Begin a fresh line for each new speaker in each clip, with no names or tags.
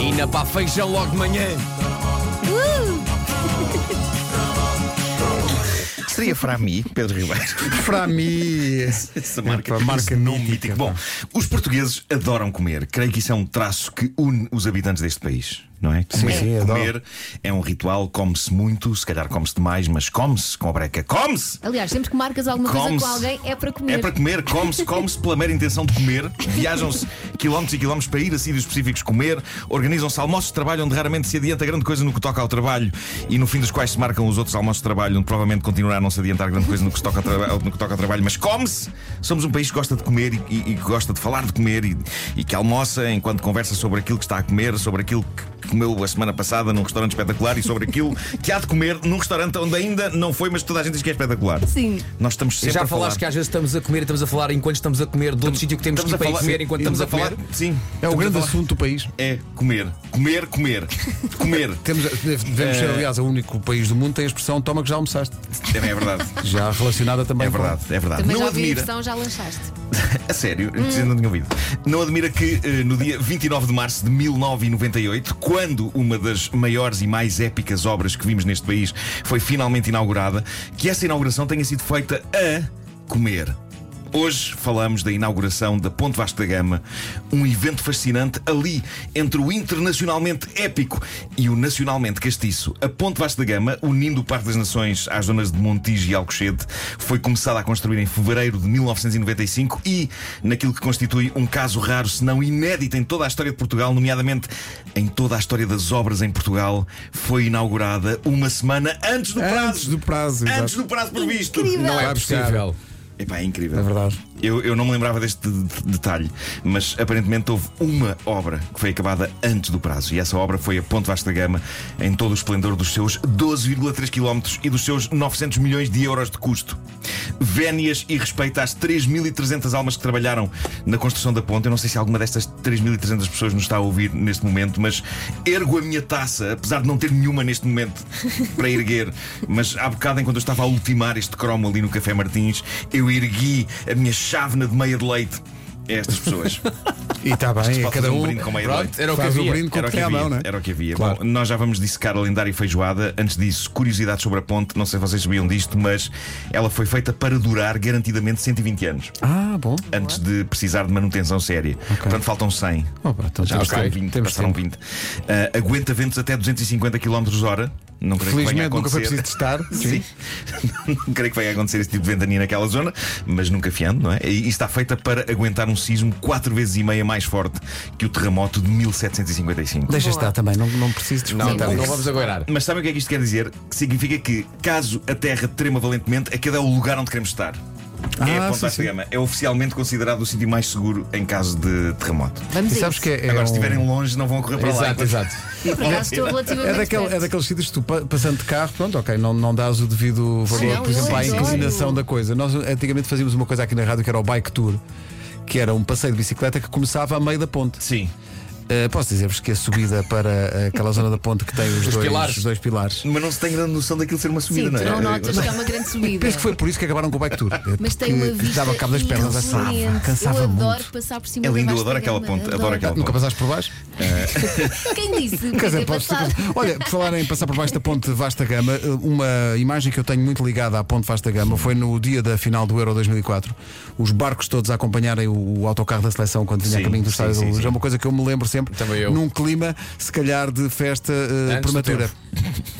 Ina pá, feijão logo de manhã.
Seria Frami, Pedro Ribeiro. É,
Frami.
Essa marca,
Epá, marca
esse nome
mítica,
mítico.
pá.
Bom, os portugueses adoram comer. Creio que isso é um traço que une os habitantes deste país, não é? Sim, comer,
sim, adoro.
comer é um ritual, come-se muito, se calhar come-se demais, mas come-se com a breca, come-se!
Aliás, sempre que marcas alguma coisa
Come-se.
com alguém é para comer.
É para comer, come-se, come-se pela mera intenção de comer. Viajam-se quilómetros e quilómetros para ir a sítios específicos comer. Organizam-se almoços de trabalho onde raramente se adianta grande coisa no que toca ao trabalho e no fim dos quais se marcam os outros almoços de trabalho onde provavelmente continuará a não se adiantar grande coisa no que, se toca, ao traba- no que toca ao trabalho. Mas come-se! Somos um país que gosta de comer e, e- e que gosta de falar de comer e, e que almoça enquanto conversa sobre aquilo que está a comer, sobre aquilo que comeu a semana passada num restaurante espetacular e sobre aquilo que há de comer num restaurante onde ainda não foi, mas toda a gente diz que é espetacular.
Sim.
Nós estamos sempre
Já
a falar.
falaste que às vezes estamos a comer e estamos a falar enquanto estamos a comer de outro sítio que temos que ir para ir comer enquanto estamos a comer.
falar. é Sim.
É o
Estamos
grande
a falar-
assunto do país.
É comer. Comer, comer. comer.
Temos, devemos
É.
ser, aliás, o único país do mundo que tem a expressão toma que já almoçaste.
Também é verdade.
Já relacionada também
É verdade, é verdade.
Também
não
já ouvi a
admira.
expressão, já lanchaste.
A sério, eu não tinha ouvido. Não admira que eh, no dia 29 de março de 1998, quando uma das maiores e mais épicas obras que vimos neste país foi finalmente inaugurada, que essa inauguração tenha sido feita a comer. Hoje falamos da inauguração da Ponte Vasco da Gama, um evento fascinante ali entre o internacionalmente épico e o nacionalmente castiço. A Ponte Vasco da Gama, unindo o Parque das Nações às zonas de Montijo e Alcochete, foi começada a construir em fevereiro de 1995 e, naquilo que constitui um caso raro, se não inédito em toda a história de Portugal, nomeadamente em toda a história das obras em Portugal, foi inaugurada uma semana antes do prazo.
Antes do prazo, exato.
Antes do prazo previsto.
Não é
Possível.
Epá, é incrível.
É verdade.
Eu, eu não me lembrava deste de- de- detalhe, mas aparentemente houve uma obra que foi acabada antes do prazo. E essa obra foi a Ponte Vasco da Gama, em todo o esplendor dos seus 12,3 km e dos seus 900 milhões de euros de custo. Vénias e respeito às 3.300 almas que trabalharam na construção da ponte. Eu não sei se alguma destas 3.300 pessoas nos está a ouvir neste momento, mas ergo a minha taça, apesar de não ter nenhuma neste momento para erguer. Mas há bocado, enquanto eu estava a ultimar este cromo ali no Café Martins, eu ergui a minha chávena de meia de leite a estas pessoas.
E está bem, é
Pode
cada
fazer um
um.
brinde com meia de leite.
Pronto, era o que
Faz o
havia.
brinde com o
Era
que
o que
tem à
havia.
mão, não é?
Era o que havia.
Claro.
Bom, nós já vamos dissecar a lendária feijoada. Antes disso, curiosidades sobre a ponte. Não sei se vocês sabiam disto, mas ela foi feita para durar garantidamente 120 anos.
Ah, bom.
Antes de precisar de manutenção séria. Portanto, faltam 100.
Oh, pá, então
Já
temos
passaram
tempo,
20.
temos
passaram
tempo.
20. Ah, aguenta ventos até 250 km hora. Não creio que venha a
Felizmente nunca foi
acontecer.
preciso testar.
Sim. não creio que vai acontecer esse tipo de ventania naquela zona, mas nunca fiando, não é? E está feita para aguentar um sismo quatro vezes e meia mais forte que o terremoto de 1755.
Deixa estar também, não, não preciso
Não,
Tá
descontar
não, não
isso.
vamos aguardar.
Mas sabem o que é que isto quer dizer? Que significa que, caso a Terra trema valentemente, aquele é o lugar onde queremos estar. é
Ah,
a
sim,
Ponta Vasco
sim.
da Gama. É oficialmente considerado o sítio mais seguro em caso de terremoto.
Vamos
E
a
sabes
isso.
que é, é
Agora,
um-
se um- estiverem longe, não vão correr para lá.
Exato,
enquanto-
exato.
Por acaso estou relativamente
é daquele, é
perto.
daqueles sítios que tu pa- passando de carro, pronto, ok, não, não dás o devido valor,
Sim, é um
por exemplo,
eu
à
adoro.
inclinação da coisa. Nós antigamente fazíamos uma coisa aqui na rádio que era o bike tour, que era um passeio de bicicleta que começava a meio da ponte.
Sim.
Eh, posso dizer-vos que a subida para eh, aquela zona da ponte que tem os, dois,
pilares.
os dois pilares.
Mas não se tem grande noção daquilo ser uma subida, não
Sim, tu
é?
não notas que é uma grande subida.
Penso que foi por isso que acabaram com o bike tour. eh,
Mas tem
porque
uma vista
Dava cabo das pernas, assava,
excelente.
cansava
Eu
muito.
adoro passar por cima
É
da
lindo, eu
Vasco
adoro
da
aquela
Gama,
ponte. Adoro aquela ponte.
Nunca passaste por baixo?
Quem disse?
Quer dizer,
Quem
podes ter-
passado?
Olha, por falar em passar por baixo da ponte de vasta gama, eh, uma imagem que eu tenho muito ligada à ponte vasta gama foi no dia da final do Euro 2004. Os barcos todos a acompanharem o, o autocarro da seleção quando vinha a
Sim,
caminho do
sim,
Estádio da
sim,
Luz.
sim.
É uma coisa que eu me lembro sempre
Também eu.
num clima, se calhar, de festa
Antes
eh,
do
prematura.
tempo.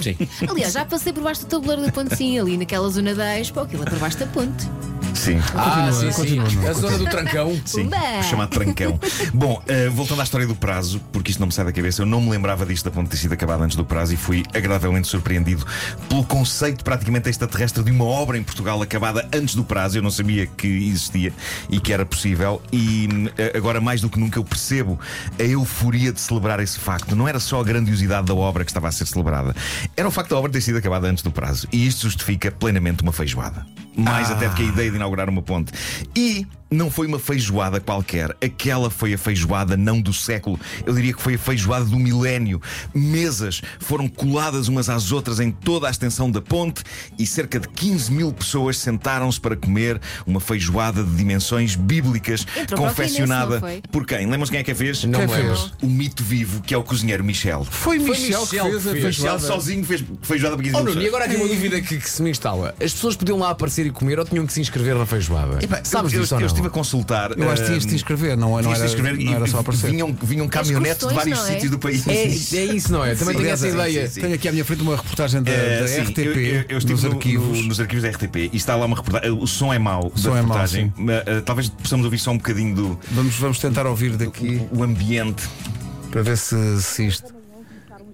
Sim.
Aliás, já passei por baixo do tabuleiro da ponte, sim, ali naquela zona da Expo, aquilo é por baixo da ponte.
Sim.
Ah, sim,
Continua,
sim.
continua,
A zona do trancão.
Sim,
Pumba!
o chamado trancão. Bom, eh, voltando à história do prazo, porque isto não me sai da cabeça, eu não me lembrava disto a ponto de ter sido acabado antes do prazo e fui agradavelmente surpreendido pelo conceito praticamente extraterrestre de uma obra em Portugal acabada antes do prazo. Eu não sabia que existia e que era possível, e hum, eh, agora mais do que nunca eu percebo a euforia de celebrar esse facto. Não era só a grandiosidade da obra que estava a ser celebrada, era o facto da obra ter sido acabada antes do prazo. E isto justifica plenamente uma feijoada.
Ah.
Mais até do que a ideia de inaugurar uma ponte. E não foi uma feijoada qualquer. Aquela foi a feijoada não do século. Eu diria que foi a feijoada do milénio. Mesas foram coladas umas às outras em toda a extensão da ponte e cerca de 15 mil pessoas sentaram-se para comer uma feijoada de dimensões bíblicas,
Entrou para o Guinness,
confeccionada
não foi?
por quem? Lembram-se quem é que a fez?
Não
Quem
me lembro.
fez?
O mito vivo, que é o cozinheiro Michel.
Foi
Michel
Michel, que fez a
que fez.
Michel
feijoada.
sozinho fez feijoada para 15
Oh,
mil
Nuno,
pessoas.
e agora aqui uma dúvida que, que se me instala. As pessoas podiam lá aparecer e comer ou tinham que se inscrever na feijoada?
Epá, eu-
Sabes
eu,
disso ou não?
eu estive a consultar.
Eu acho que tinhas de te
ah,
inscrever, não, não,
Tinhas
era,
de escrever
não era
e
só aparecer.
vinham, vinham caminhonetes de
As
vários
cursões,
sítios
não
do país.
É, é isso, não é? Também
Sim,
tenho essa
sim,
ideia.
sim, sim.
Tenho aqui à minha frente uma reportagem da,
Eh,
da
sim,
RTP,
eu, eu, eu estive
nos
no-
arquivos.
no- nos arquivos da RTP e está lá uma reportagem. O som é mau da
som é mau,
reportagem.
sim.
mas, eh, talvez possamos ouvir só um bocadinho do
Vamos, vamos tentar ouvir daqui
o ambiente.
para ver se, se isto.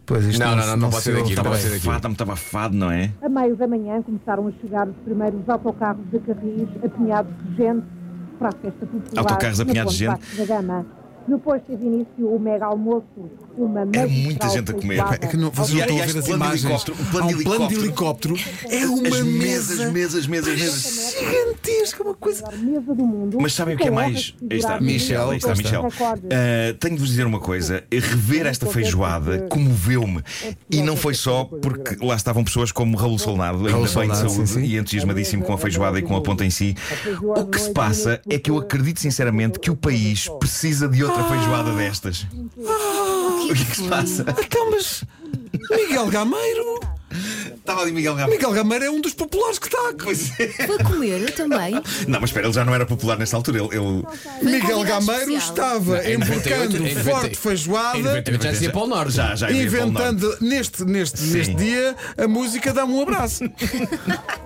Pois isto
Não, não,
se-
não, não pode
se
ser
ouve.
daqui, não
Tá
pode
bem.
ser daqui.
Fado, estava afado, não é?
A meio da manhã começaram a chegar os primeiros autocarros de carris apinhados de gente para a festa popular.
Autocarros
na
apinhados de
Ponte Vasco Da Gama. Depois teve início o mega almoço, uma
Era
magistral
muita gente a comer.
feijoada.
É que não, vocês
E,
não estão a
aliás,
ver as
plano de
imagens.
helicóptero, o plano
Há
de
um plano de helicóptero. É uma
As
mesa
mesas, mesas, mesas, mesas.
gigantesca, uma coisa.
A maior mesa do mundo.
Mas sabem o que é
com
mais?
obras
Aí está,
figuradas
Michel. Aí está,
com
Michel.
recordes.
Ah, tenho de vos dizer uma coisa: rever esta feijoada comoveu-me. E não foi só porque lá estavam pessoas como Raul Solnado, ainda bem de
Solnado,
saúde
sim, sim.
e entusiasmadíssimo com a feijoada e com é a ponta em si. O que se passa é que eu acredito sinceramente que o país precisa de outra feijoada destas. O que é que se passa?
Então, mas. Miguel Gameiro!
Estava ali Miguel Gabriel.
Miguel Gameiro é um dos populares que está.
Pois é.
Foi comer eu também.
Não, mas espera, ele já não era popular nessa altura. Ele, ele-
Miguel
convidado
Gameiro
especial.
estava
Em 98,
embarcando
em 90
forte feijoada.
em 98 já dizia para o norte.
já, já havia Paulo Norte.
Inventando neste, neste, neste dia a música dá-me um abraço.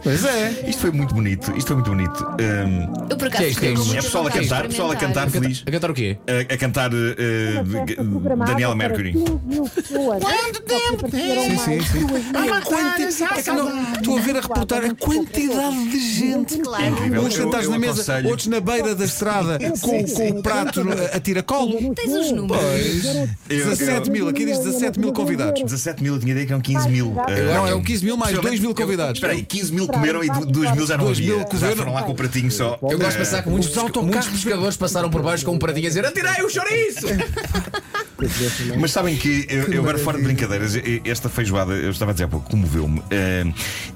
pois é.
Isto foi muito bonito. Isto foi muito bonito. Hum, Ahm,
Eu por
Que é
acaso
isto?
fiquei com
É
muita
pessoal a
vontade de
cantar, pessoal a
experimentar.
cantar feliz.
A cantar o quê?
a, a cantar
Uma festa
Daniela
programada
Daniel
para
Mercury.
15 mil pessoas.
Quanto tempo
Apareceram
tem?
mais
Sim, sim.
duas mil
Quanti... É que não, estou a ver a reportagem, a quantidade de gente.
Claro.
Incrível.
Uns
Eu-
sentados
eu
na mesa,
aconselho-
outros na beira da estrada, com, com o prato a tiracolo.
Tens os números.
Pois.
Eu-
17 mil, aqui diz 17 mil convidados.
17 mil, eu tinha ideia que eram 15 mil. eh,
Não, é o 15 mil mais 2 mil convidados.
Espera aí, 15 mil comeram e 2 mil já não
2 mil
havia. Já
cozeram.
foram lá com o pratinho só. Eh,
Eu gosto de pensar que muitos,
Os autocarros-
muitos pescadores passaram por baixo com um pratinho a dizer Atirei o chouriço!
Mas sabem que eu, eu agora, fora de brincadeiras, e- esta feijoada, eu estava a dizer há pouco, comoveu-me. Eh,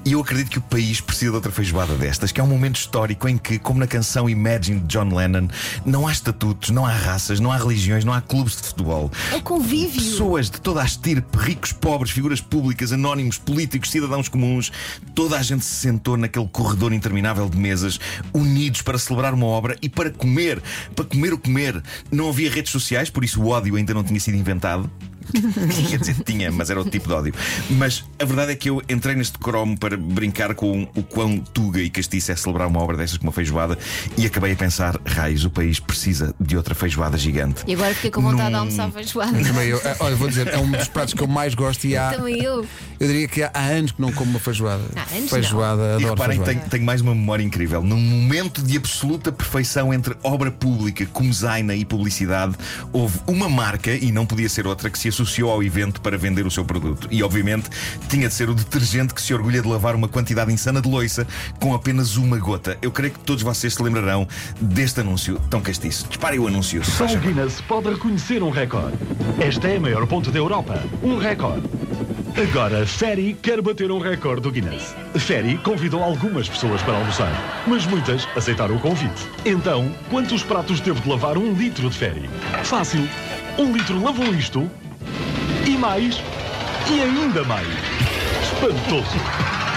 E eu acredito que o país precisa de outra feijoada destas, que é um momento histórico em que, como na canção Imagine de John Lennon, não há estatutos, não há raças, não há religiões, não há clubes de futebol.
É o convívio.
Pessoas de toda a estirpe, ricos, pobres, figuras públicas, anónimos, políticos, cidadãos comuns, toda a gente se sentou naquele corredor interminável de mesas, unidos para celebrar uma obra e para comer, para comer o comer. Não havia redes sociais, por isso o ódio ainda não tinha sido inventado. Quer dizer, tinha, mas era outro tipo de ódio. Mas a verdade é que eu entrei neste cromo para brincar com o quão tuga e castiça é celebrar uma obra destas com uma feijoada e acabei a pensar: raios, o país precisa de outra feijoada gigante.
E agora fiquei com vontade de almoçar feijoada.
Também eu, eh, olha, vou dizer, é um dos pratos que eu mais gosto e há,
Também eu.
eu diria que há, há anos que não como uma feijoada.
Há anos não.
feijoada,
E
adoro
reparem,
feijoada.
que tenho, tenho mais uma memória incrível. Num momento de absoluta perfeição entre obra pública, comezaina e publicidade, houve uma marca, e não podia ser outra, que se associou ao evento para vender o seu produto. E, obviamente, tinha de ser o detergente que se orgulha de lavar uma quantidade insana de loiça com apenas uma gota. Eu creio que todos vocês se lembrarão deste anúncio tão castiço. Disparem o anúncio. se
Só
faz
o
favor.
Guinness pode reconhecer um recorde. Esta é a maior ponte da Europa. Um recorde. Agora, Ferry quer bater um recorde do Guinness. Ferry convidou algumas pessoas para almoçar, mas muitas aceitaram o convite. Então, quantos pratos teve de lavar um litro de Ferry? Fácil. Um litro lavou isto. E mais. E ainda mais. Espantoso.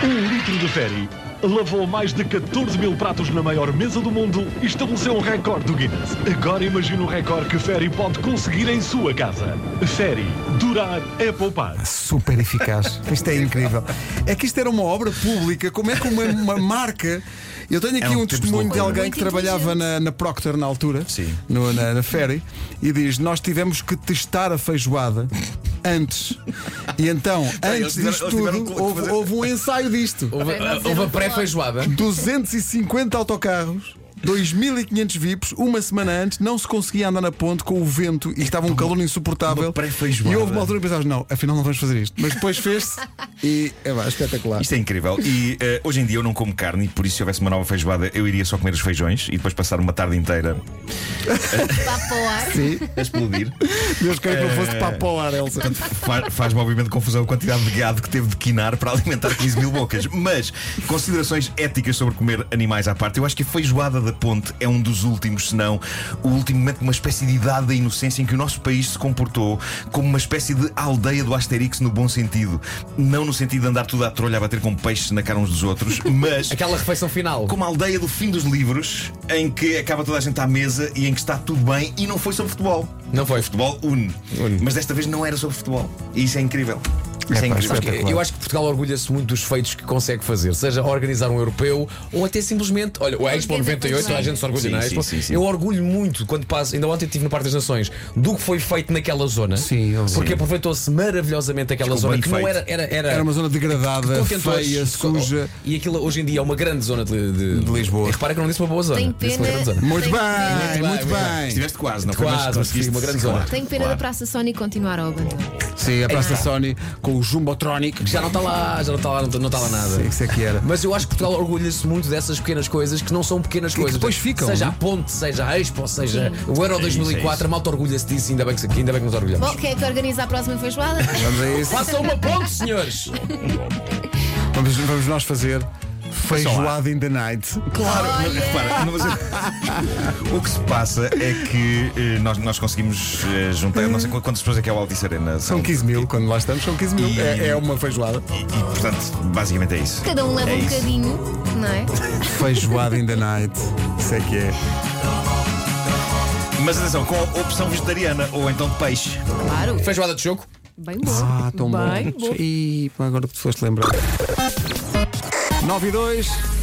Um litro de Ferry lavou mais de 14 mil pratos na maior mesa do mundo e estabeleceu um recorde do Guinness. Agora imagina o recorde que Ferry pode conseguir em sua casa. Ferry, durar é poupar.
Super eficaz. Isto é incrível. É que isto era uma obra pública. Como é que uma, uma marca. Eu tenho aqui
É um tipo
um
de
testemunho de
loucura.
alguém
Muito
que trabalhava na, na Procter na altura,
Sim.
no- na, na Ferry, e diz: Nós tivemos que testar a feijoada antes. E então,
Bem, eles
antes
tiveram-
disto
eles tiveram
tudo,
que
houve,
fazer-
houve um ensaio disto.
Houve,
Para não dizer
houve a
outra
pré-feijoada.
250 autocarros. 2.500 VIPs, uma semana antes, não se conseguia andar na ponte com o vento e estava um calor insuportável.
uma pré-feijoada.
E houve uma altura em que pensavas, não, afinal não vamos fazer isto. Mas depois fez-se e é pá, espetacular.
Isto é incrível. E eh, hoje em dia eu não como carne, e por isso se houvesse uma nova feijoada, eu iria só comer os feijões e depois passar uma tarde inteira
Vá para o ar.
Sim,
a explodir.
Deus queira que não fosse papo para o ar, Elsa.
Portanto, fa- faz-me obviamente confusão a quantidade de gado que teve de quinar para alimentar 15 mil bocas. Mas, considerações éticas sobre comer animais à parte, eu acho que a feijoada da ponte é um dos últimos, se não o último momento de uma espécie de idade da inocência em que o nosso país se comportou como uma espécie de aldeia do Asterix no bom sentido. Não no sentido de andar tudo à trolha a bater com peixes na cara uns dos outros, mas
Aquela refeição final.
como a aldeia do fim dos livros, em que acaba toda a gente à mesa e em que está tudo bem e não foi sobre futebol.
Não foi.
O futebol une.
Une.
Mas desta vez não era sobre futebol. E isso é incrível. Isso é,
Epá,
incrível.
Sabes que
espetacular.
Eu acho que Portugal orgulha-se muito dos feitos que consegue fazer, seja organizar um europeu ou até simplesmente. Olha, o Expo
Organiza
98, toda a gente se orgulha
Sim,
na
sim,
Expo.
sim, sim.
Eu orgulho muito quando passo, ainda ontem estive no Parque das Nações, do que foi feito naquela zona.
Sim, eu vi.
porque aproveitou-se maravilhosamente aquela
Ficou
zona
bem
que não
feito.
era. Era, era,
Era uma zona degradada,
contentores.
feia, suja.
E aquilo hoje em dia é uma grande zona de, de-
De Lisboa.
E repara que eu não disse uma boa zona.
Tenho
disse uma
pena.
grande zona.
Muito
Tem-
bem,
Muito
muito
bem,
bem.
Estiveste quase, não foi?
Quase, mas
conseguiste-
consegui, uma grande zona.
Tenho pena da
claro.
Praça Sony continuar ao abandono.
Sim, a Praça Sony com o Jumbotronic.
Já não está lá, já não está lá, não está- não está lá nada.
Sim, isso é que era.
Mas eu acho que Portugal orgulha-se muito dessas pequenas coisas que não são pequenas
que
coisas.
depois ficam,
Seja
não é?
a ponte, seja a Expo, seja o Euro 2004, a malta orgulha-se disso, ainda bem que, ainda bem que nos orgulhamos.
Bom, quem é que organiza a próxima feijoada?
Vamos a isso.
Façam uma ponte, senhores!
Vamos, vamos nós fazer feijoada in the night.
Claro, mas repara, não, mas eu- o que se passa é que eh, nós, nós conseguimos eh, juntar. Não sei
Hum.
qu- quantas pessoas é que é o Altice Arena.
São 15 mil, quando lá estamos, são 15 mil.
E-
É, é uma feijoada.
E, e, portanto, basicamente é isso.
Cada um leva
É
um
isso.
bocadinho, não é?
Feijoada in the night. Isso é que é.
Mas atenção, com a opção vegetariana ou então de peixe.
Claro.
Feijoada de choco.
Bem bom.
Ah, tão
Bem
bom. E agora que te foste lembrar. 9 e 2.